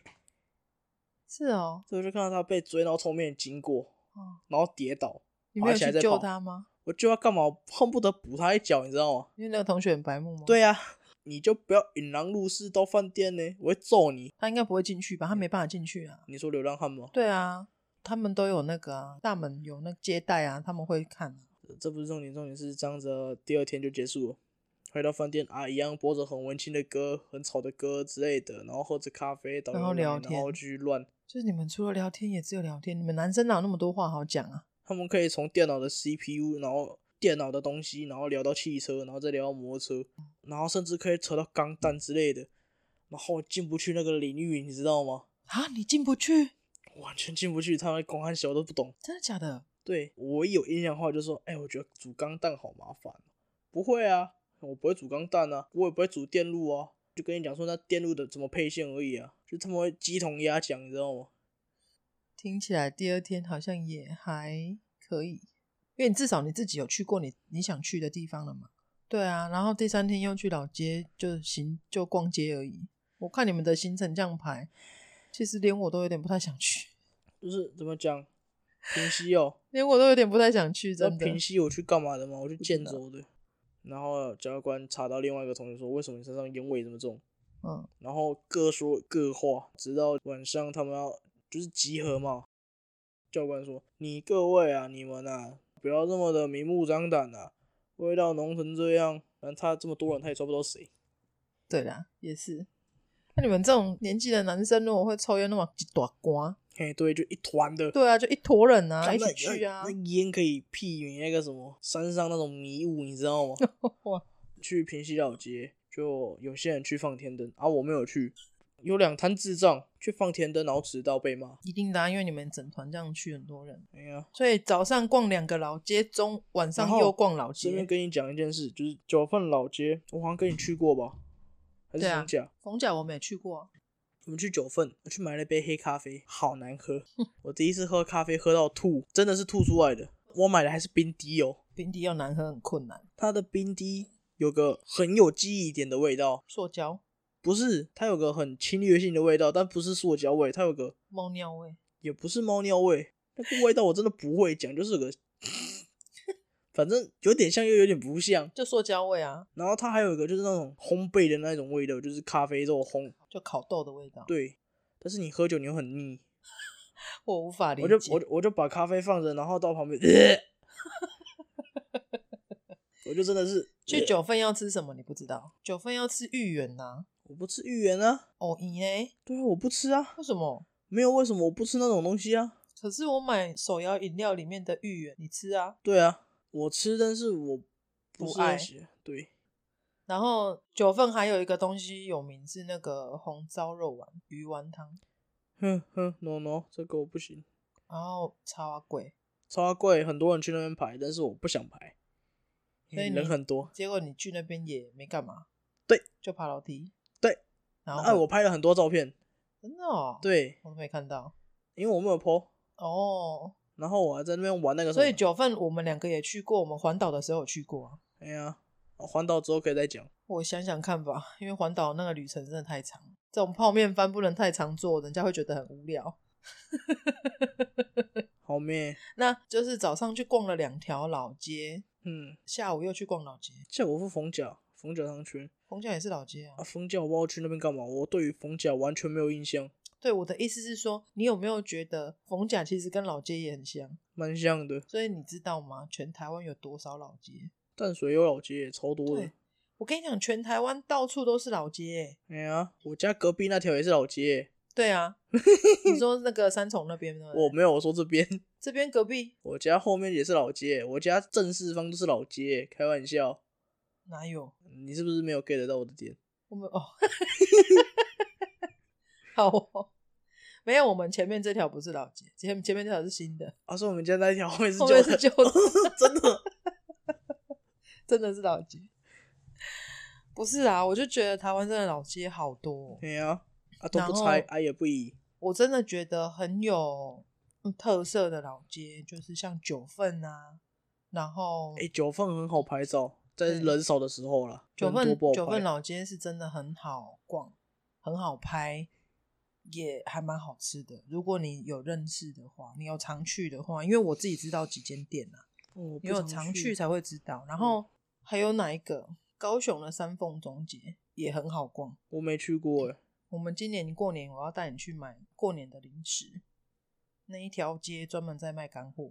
是哦，所以我就看到他被追，然后从面经过，哦，然后跌倒，你没有爬起来去再救跑他吗？我就要干嘛，我恨不得补他一脚，你知道吗？因为那个同学很白目吗？，对啊，你就不要引狼入室到饭店呢，我会揍你。他应该不会进去吧？他没办法进去啊。你说流浪汉吗？对啊，他们都有那个啊，大门有那个接待啊，他们会看啊。这不是重点，重点是这样子的，第二天就结束了。回到饭店啊，一样播着很文青的歌、很吵的歌之类的，然后喝着咖啡，导游然后来聊然天后去乱。就是你们除了聊天，也只有聊天。你们男生哪有那么多话好讲啊？他们可以从电脑的 CPU，然后电脑的东西，然后聊到汽车，然后再聊到摩托车，然后甚至可以扯到钢弹之类的。然后进不去那个领域，你知道吗？啊，你进不去，完全进不去，他们公安小都不懂。真的假的？对我一有印象的话，就说，哎、我觉得煮钢蛋好麻烦。哦不会啊，我不会煮钢蛋啊，我也不会煮电路啊，就跟你讲说那电路的怎么配线而已啊，就他们会鸡同鸭讲，你知道吗？听起来第二天好像也还可以，因为你至少你自己有去过你你想去的地方了嘛。对啊，然后第三天又去老街，就行就逛街而已。我看你们的行程这样排，其实连我都有点不太想去，就是怎么讲，平息 哦，连我都有点不太想去，你知道真的。平息我去干嘛的吗？我去知建道州的。然后教官查到另外一个同学说，为什么你身上烟味这么重？嗯，然后各说各话，直到晚上他们要就是集合嘛。教官说：“你各位啊，你们啊，不要这么的明目张胆啊，味道浓成这样，反正他这么多人，他也抓不到谁。对啦，也是。那你们这种年纪的男生，如果会抽烟的话，一大瓜，”嘿，对，就一团的，对啊，就一坨人啊，干一那起去啊那。那烟可以媲美那个什么山上那种迷雾，你知道吗？ 哇去平西老街，就有些人去放天灯，啊，我没有去，有两摊智障去放甜灯，然后迟到被骂。一定的、啊，因为你们整团这样去很多人，哎呀，所以早上逛两个老街，中晚上然后又逛老顺便街。跟你讲一件事，就是九份老街，我好像跟你去过吧？还是对啊放假？逢甲我没去过，啊我们去九份，我去买了一杯黑咖啡，好难喝。 我第一次喝咖啡喝到吐，真的是吐出来的。我买的还是冰滴哦，冰滴要难喝很困难，它的冰滴有个很有记忆点的味道，塑胶、不是它有个很侵略性的味道，但不是塑胶味，它有个猫尿味。也不是猫尿味，那个味道我真的不会讲，就是有个， 反正有点像又有点不像。就塑胶味啊，然后它还有一个就是那种烘焙的那种味道，就是咖啡豆烘，就烤豆的味道，对。但是你喝酒你又很腻，我无法理我解。就我就我就把咖啡放着，然后到旁边， 呃、我就真的是去，九份要吃什么？你不知道？九份要吃芋圆呐、我不吃芋圆啊，哦咦嘞，对啊，我不吃啊，为什么？没有为什么我不吃那种东西啊，可是我买手摇饮料里面的芋圆，你吃啊。对啊，我吃，但是我不是很爱喜，对，然后九份还有一个东西有名是那个红烧肉丸、鱼丸汤，哼哼，no no，这个我不行，然后啊超贵。超贵，很多人去那边排，但是我不想排，因所以为你人很多，结果你去那边也没干嘛，对，就爬楼梯，对。然后哎，我拍了很多照片，真的哦，，对，我都没看到因为我没有 po，哦。然后我还在那边玩那个什么，所以九份我们两个也去过，我们环岛的时候有去过啊。哎呀，环岛之后可以再讲。我想想看吧，因为环岛那个旅程真的太长，这种泡面番不能太常做，人家会觉得很无聊。好咩，那就是早上去逛了两条老街，嗯，下午又去逛老街，像我是逢甲，逢甲商圈红桥也是老街啊啊，。逢甲我不知道去那边干嘛，我对于逢甲完全没有印象，对，我的意思是说，你有没有觉得逢甲其实跟老街也很像？蛮像的。所以你知道吗？全台湾有多少老街？淡水有老街也超多的对，我跟你讲，全台湾到处都是老街耶。哎呀，我家隔壁那条也是老街，对啊，你说那个三重那边呢？ 我没有我说这边，这边隔壁我家后面也是老街，我家正四方都是老街，开玩笑，哪有？你是不是没有 get 到我的点？我们 哦，好哦，没有，我们前面这条不是老街，前前面这条是新的，啊，说我们家那一条后面是旧后面是旧的，的， 真的， 真的是老街。不是啊，我就觉得台湾真的老街好多哦、哎呀，啊都然不后拆，啊也不移，我真的觉得很有嗯特色的老街，就是像九份啊，然后哎、九份很好拍照，在对人少的时候啦，九人份多不好九拍份老街是真的很好逛，很好拍，也还蛮好吃的。如果你有认识的话，你有常去的话，因为我自己知道几间店啊，哦，你有不常去才会知道。然后还有哪一个？高雄的三凤中街也很好逛。我没去过哎，我们今年过年我要带你去买过年的零食，那一条街专门在卖干货，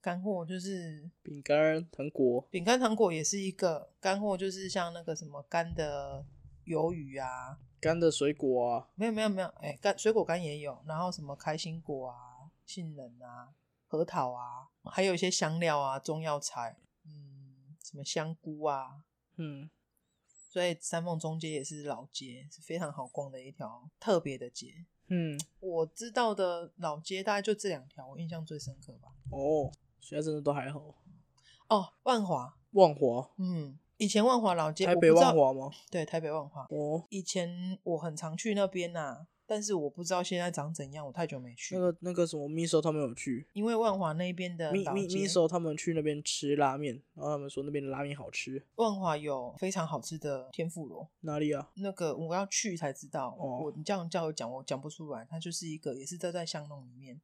干货就是饼干、糖果，饼干糖果也是一个干货，就是像那个什么干的鱿鱼啊，干的水果啊，没有没有没有，哎、干水果干也有，然后什么开心果啊、杏仁啊、核桃啊，还有一些香料啊、中药材，嗯，什么香菇啊。嗯，所以三凤中街也是老街，是非常好逛的一条特别的街。嗯，我知道的老街大概就这两条，我印象最深刻吧。哦，现在真的都还好。哦，万华，万华，嗯，以前万华老街，台我北不知万道华吗？对，台北万华，哦，以前我很常去那边呐、但是我不知道现在长怎样，我太久没去。那个那个什么 miso 他们有去因为万华那边的，mi 老 mi 街， miso 他们去那边吃拉面，然后他们说那边的拉面好吃，万华有非常好吃的天妇罗。哪里啊？那个我要去才知道，哦我你这样叫我讲，我讲不出来。它就是一个，也是在在巷弄里面。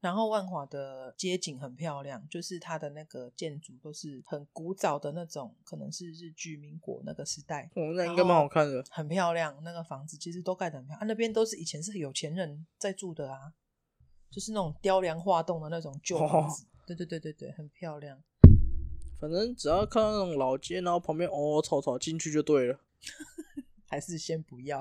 然后万华的街景很漂亮，就是它的那个建筑都是很古早的那种，可能是日据、民国那个时代，哦，那然应该蛮后好看的。很漂亮。那个房子其实都盖得很漂亮，啊、那边都是以前是有钱人在住的啊，就是那种雕梁画栋的那种旧房哦子。对对对对对，很漂亮。反正只要看到那种老街，然后旁边哦草草进去就对了。还是先不要，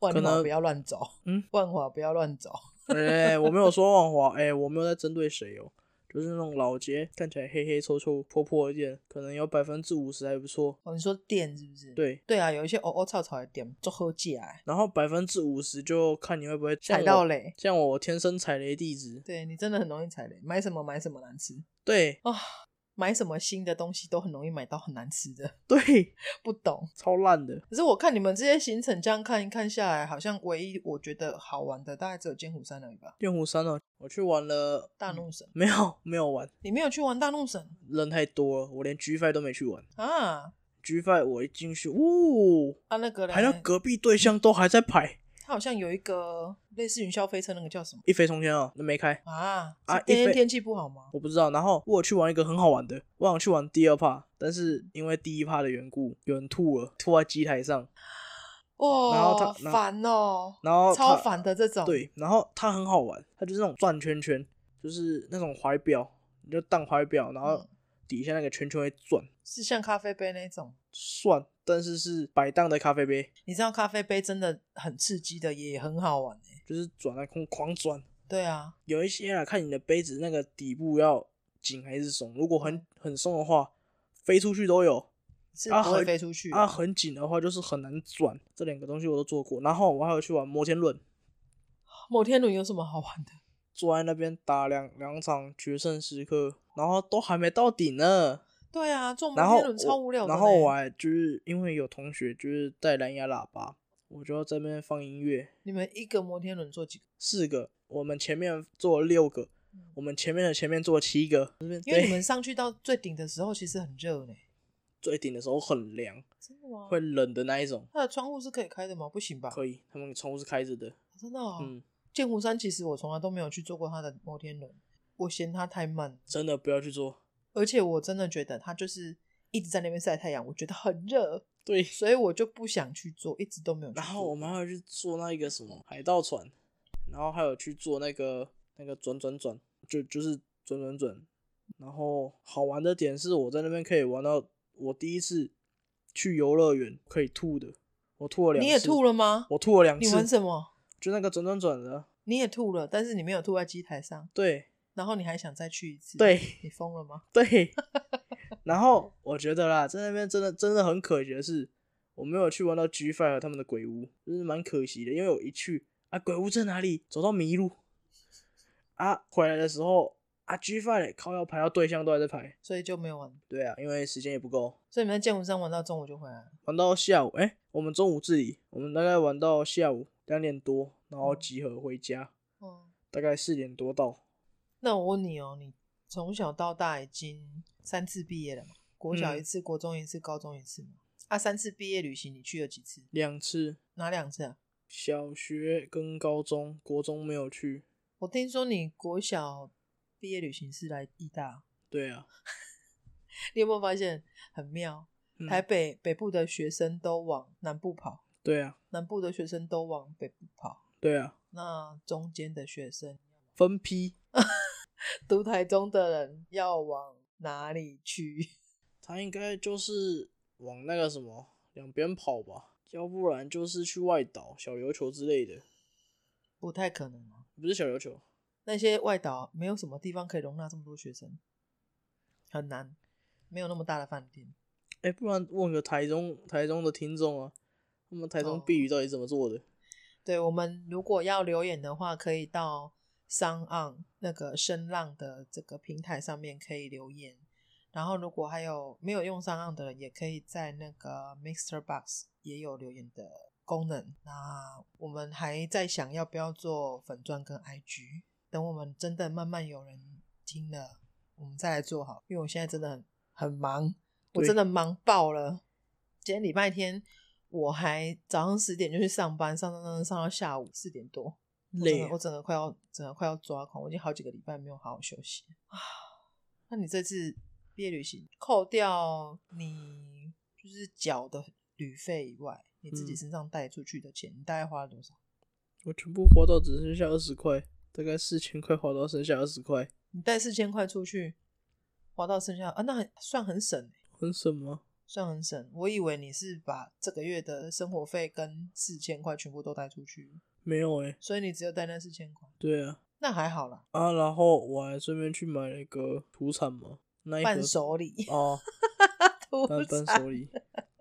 万可华能不要乱走，嗯，万华不要乱走。哎、我没有说万华，哎、我没有在针对谁哦，就是那种老街，看起来黑黑臭臭、破破的店，可能有百分之五十还不错。我们哦说店是不是？对，对啊，有一些哦哦草草的店做喝起来然后百分之五十就看你会不会像踩到我，雷，像我天生踩雷地址。对你真的很容易踩雷，买什么买什么难吃对啊、买什么新的东西都很容易买到很难吃的，对，不懂。超烂的。可是我看你们这些行程这样看一看下来，好像唯一我觉得好玩的大概只有剑湖山而已吧。剑湖山哦，我去玩了，大怒神，没有没有玩，你没有去玩大怒神人太多了，我连 G Five 都没去玩。啊？ G Five 我一进去，呜、啊，那个嘞排到隔壁对象都还在排，它好像有一个类似云霄飞车，那个叫什么一飞冲天哦，那没开，啊？啊是那一天飞天气不好吗？我不知道。然后我有去玩一个很好玩的，我想去玩第二趴，但是因为第一趴的缘故，有人吐了，吐在机台上，然后哦，它烦哦，然后超它烦的这种。，对，然后它很好玩，它就是那种转圈圈，就是那种怀表，你就当怀表，然后嗯底下那个圈圈会转，是像咖啡杯那种。算，但是是摆荡的咖啡杯，你知道咖啡杯真的很刺激的，也很好玩、欸、就是转啊狂狂转。对啊，有一些啊，看你的杯子那个底部要紧还是松，如果很很松的话，飞出去都有。是啊不会很飞出去的啊，很紧的话就是很难转。这两个东西我都做过，然后我还有去玩摩天轮，摩天轮有什么好玩的？坐在那边打两两场决胜时刻，然后都还没到顶呢。对啊，坐摩然后天轮我超无聊的、然后我，还就是因为有同学就是带蓝牙喇叭，我就要在那边放音乐，你们一个摩天轮坐几个？四个，我们前面坐了六个，嗯我们前面的前面坐了七个，那边因为对你们上去到最顶的时候，其实很热呢、最顶的时候很凉，真的吗？会冷的那一种。它的窗户是可以开的吗？不行吧？可以，他们窗户是开着的。真的、哦。嗯，剑湖山其实我从来都没有去坐过它的摩天轮，我嫌它太慢，真的不要去做。而且我真的觉得它就是一直在那边晒太阳，我觉得很热，对，所以我就不想去坐，一直都没有去然坐。后我们还有去坐那一个什么海盗船，然后还有去坐那个那个转转转，就就是转转转。然后好玩的点是我在那边可以玩到我第一次去游乐园可以吐的，我吐了两次。你也吐了？了吗？我吐了两你玩次，什么？就那个转转转的。啊你也吐了，但是你没有吐在机台上，对然后你还想再去一次？， 对你疯了吗？对。 然后我觉得啦，在那边真的真的很可惜的是，我没有去玩到 G Five 和他们的鬼屋，就是蛮可惜的。因为我一去啊，鬼屋在哪里？走到迷路啊，回来的时候啊，G Five 靠要排到对象都还在排。所以就没有玩。对啊，因为时间也不够，所以你们在剑湖山玩到中午就回来了。玩到下午。哎、我们中午自理，我们大概玩到下午两点多，然后集合回家，嗯，大概四点多到。那我问你哦，你从小到大已经三次毕业了嘛？国小一次，国中一次，高中一次嘛？啊，三次毕业旅行你去了几次？两次，哪两次啊？小学跟高中，国中没有去。我听说你国小毕业旅行是来义大，哦对啊，你有没有发现很妙？嗯台北北部的学生都往南部跑，对啊，南部的学生都往北部跑，对啊，那中间的学生分批。读台中的人要往哪里去？ 他应该就是往那个什么两边跑吧，要不然就是去外岛、小琉球之类的，不太可能啊！不是小琉球，那些外岛没有什么地方可以容纳这么多学生，很难，没有那么大的饭店。哎、不然问个台中台中的听众啊，他们台中哦避雨到底怎么做的？对我们如果要留言的话，可以到商岸那个声浪的这个平台上面可以留言。然后如果还有没有用商岸的人，也可以在那个 Mixer Box 也有留言的功能。那我们还在想要不要做粉钻跟 IG，等我们真的慢慢有人听了，我们再来做好。因为我现在真的很很忙，我对真的忙爆了。今天礼拜天，我还早上十点就去上班，上上上上上到下午四点多，我整累个啊我整个快要整个快要抓狂，我已经好几个礼拜没有好好休息啊。那你这次毕业旅行，扣掉你就是缴的旅费以外，你自己嗯身上带出去的钱，你大概花了多少？我全部花到只剩下二十块，大概四千块花到剩下二十块，你带四千块出去，花到剩下啊，那很算很省、欸，很省吗？算很省。我以为你是把这个月的生活费跟四千块全部都带出去，没有哎、所以你只有带那四千块。对啊，那还好啦，啊，然后我还顺便去买了一个土产嘛，那一盒伴手礼，哦，土伴伴产手礼，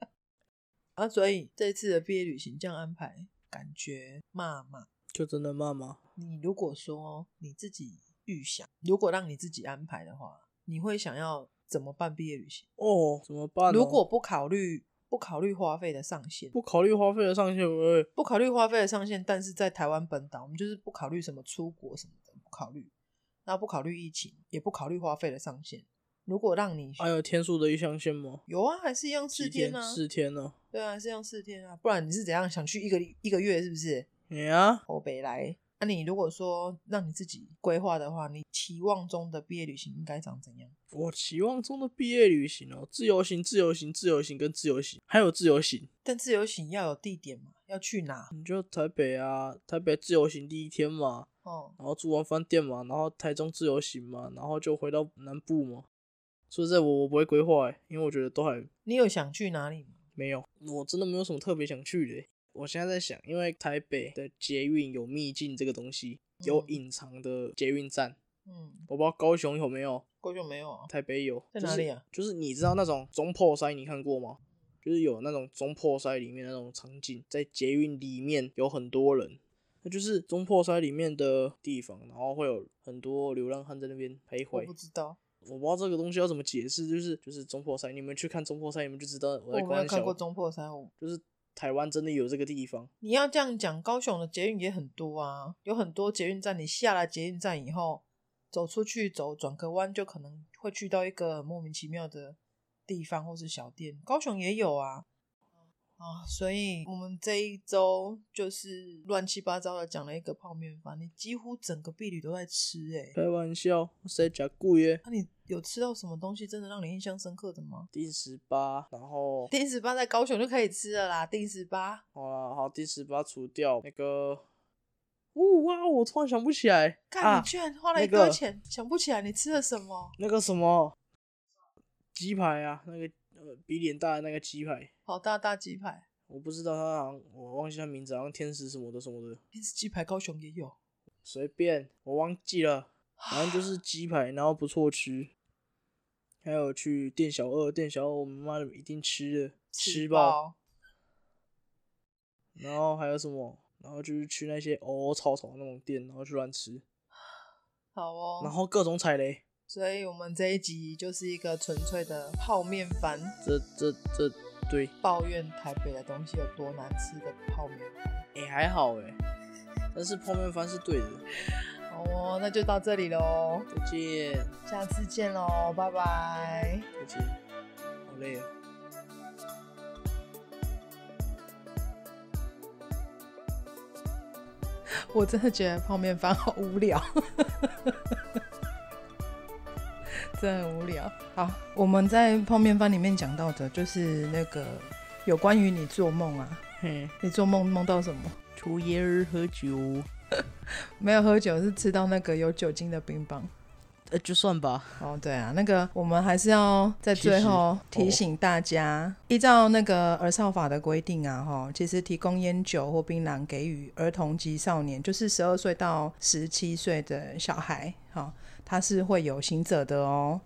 啊，所以这次的毕业旅行这样安排，感觉骂骂。就真的骂吗？你如果说你自己预想，如果让你自己安排的话，你会想要怎么办毕业旅行？哦，怎么办哦、如果不考虑不考虑花费的上限，不考虑花费的上限，我会不考虑花费的上限，但是在台湾本岛，我们就是不考虑什么出国什么的，不考虑，然后不考虑疫情，也不考虑花费的上限。如果让你还有天数的一象限吗？有啊，还是一样四哎几天天？啊，四天呢、对啊，还是一样四天啊，不然你是怎样想去一个一个月是不是？哎呀，欧北来。那、你如果说让你自己规划的话，你期望中的毕业旅行应该长怎样？我期望中的毕业旅行哦，自由行、自由行、自由行跟自由行，还有自由行，但自由行要有地点嘛，要去哪？你就台北啊，台北自由行第一天嘛，哦，然后住完饭店嘛，然后台中自由行嘛，然后就回到南部嘛。说实在，我我不会规划、欸，因为我觉得都还你有想去哪里吗？没有，我真的没有什么特别想去的欸、我现在在想，因为台北的捷运有秘境这个东西，有嗯隐藏的捷运站，嗯，我不知道高雄有没有，过去没有啊？台北有，在哪里啊？就是？就是你知道那种中破塞，你看过吗？就是有那种中破塞里面那种场景，在捷运里面有很多人，那就是中破塞里面的地方，然后会有很多流浪汉在那边徘我徊不。知道，我不知道这个东西要怎么解释，就是就是中破塞，你们去看中破塞，你们就知道我我在没有开看过玩笑。中破山湖。就是台湾真的有这个地方，你要这样讲，高雄的捷运也很多啊，有很多捷运站。你下了捷运站以后，走出去走，转个弯就可能会去到一个莫名其妙的地方或是小店。高雄也有啊，啊，所以我们这一周就是乱七八糟的讲了一个泡面饭，你几乎整个碧旅都在吃诶、开玩笑，谁假贵耶？那、你有吃到什么东西真的让你印象深刻的吗？第十八，然后定十八在高雄就可以吃了啦，定十八好啦，好，第十八除掉那个，呜、哇，我突然想不起来看啊你，居然花了一那个堆钱，想不起来你吃了什么。那个什么鸡排啊，那个呃比脸大的那个鸡排，好大大鸡排，我不知道它好像我忘记它名字，好像天使什么的什么的，电视鸡排高雄也有，随便我忘记了，反正就是鸡排，然后不错吃。还有去店小二，店小二我们妈的一定吃的，吃爆，爆。然后还有什么？然后就是去那些哦草草那种店，然后去乱吃，好哦，然后各种踩雷。所以我们这一集就是一个纯粹的泡面番，这这这，对，抱怨台北的东西有多难吃的泡面。也、还好哎，但是泡面番是对的。好哦，那就到这里喽，再见，下次见喽，拜拜。再见，好累哦。我真的觉得泡面番好无聊， 真的很无聊。好，我们在泡面番里面讲到的就是那个有关于你做梦啊，嘿，你做梦梦到什么？抽烟喝酒，没有喝酒，是吃到那个有酒精的冰棒。呃，就算吧。哦，对啊，那个我们还是要在最后其实提醒大家，依照那个儿少法的规定啊，哈，其实提供烟酒或槟榔给予儿童及少年，就是十二岁到十七岁的小孩，哈、他是会有刑责的哦。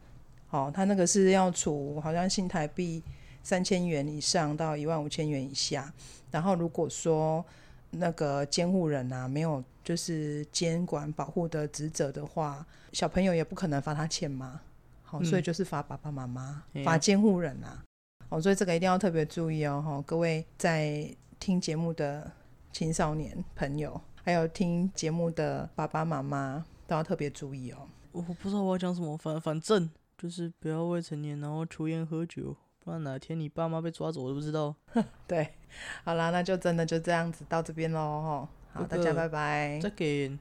哦，他那个是要处好像新台币三千元以上到一万五千元以下。然后如果说那个监护人啊没有就是监管保护的职责的话，小朋友也不可能罚他钱嘛。好、所以就是罚爸爸妈妈对，啊罚监护人啊。哦，所以这个一定要特别注意哦，哈，各位在听节目的青少年朋友，还有听节目的爸爸妈妈都要特别注意哦。我不知道我要讲什么，反反正就是不要未成年，然后抽烟喝酒，不然哪天你爸妈被抓走，我都不知道。对，好啦，那就真的就这样子到这边喽，吼，好，大这家个拜拜。再见。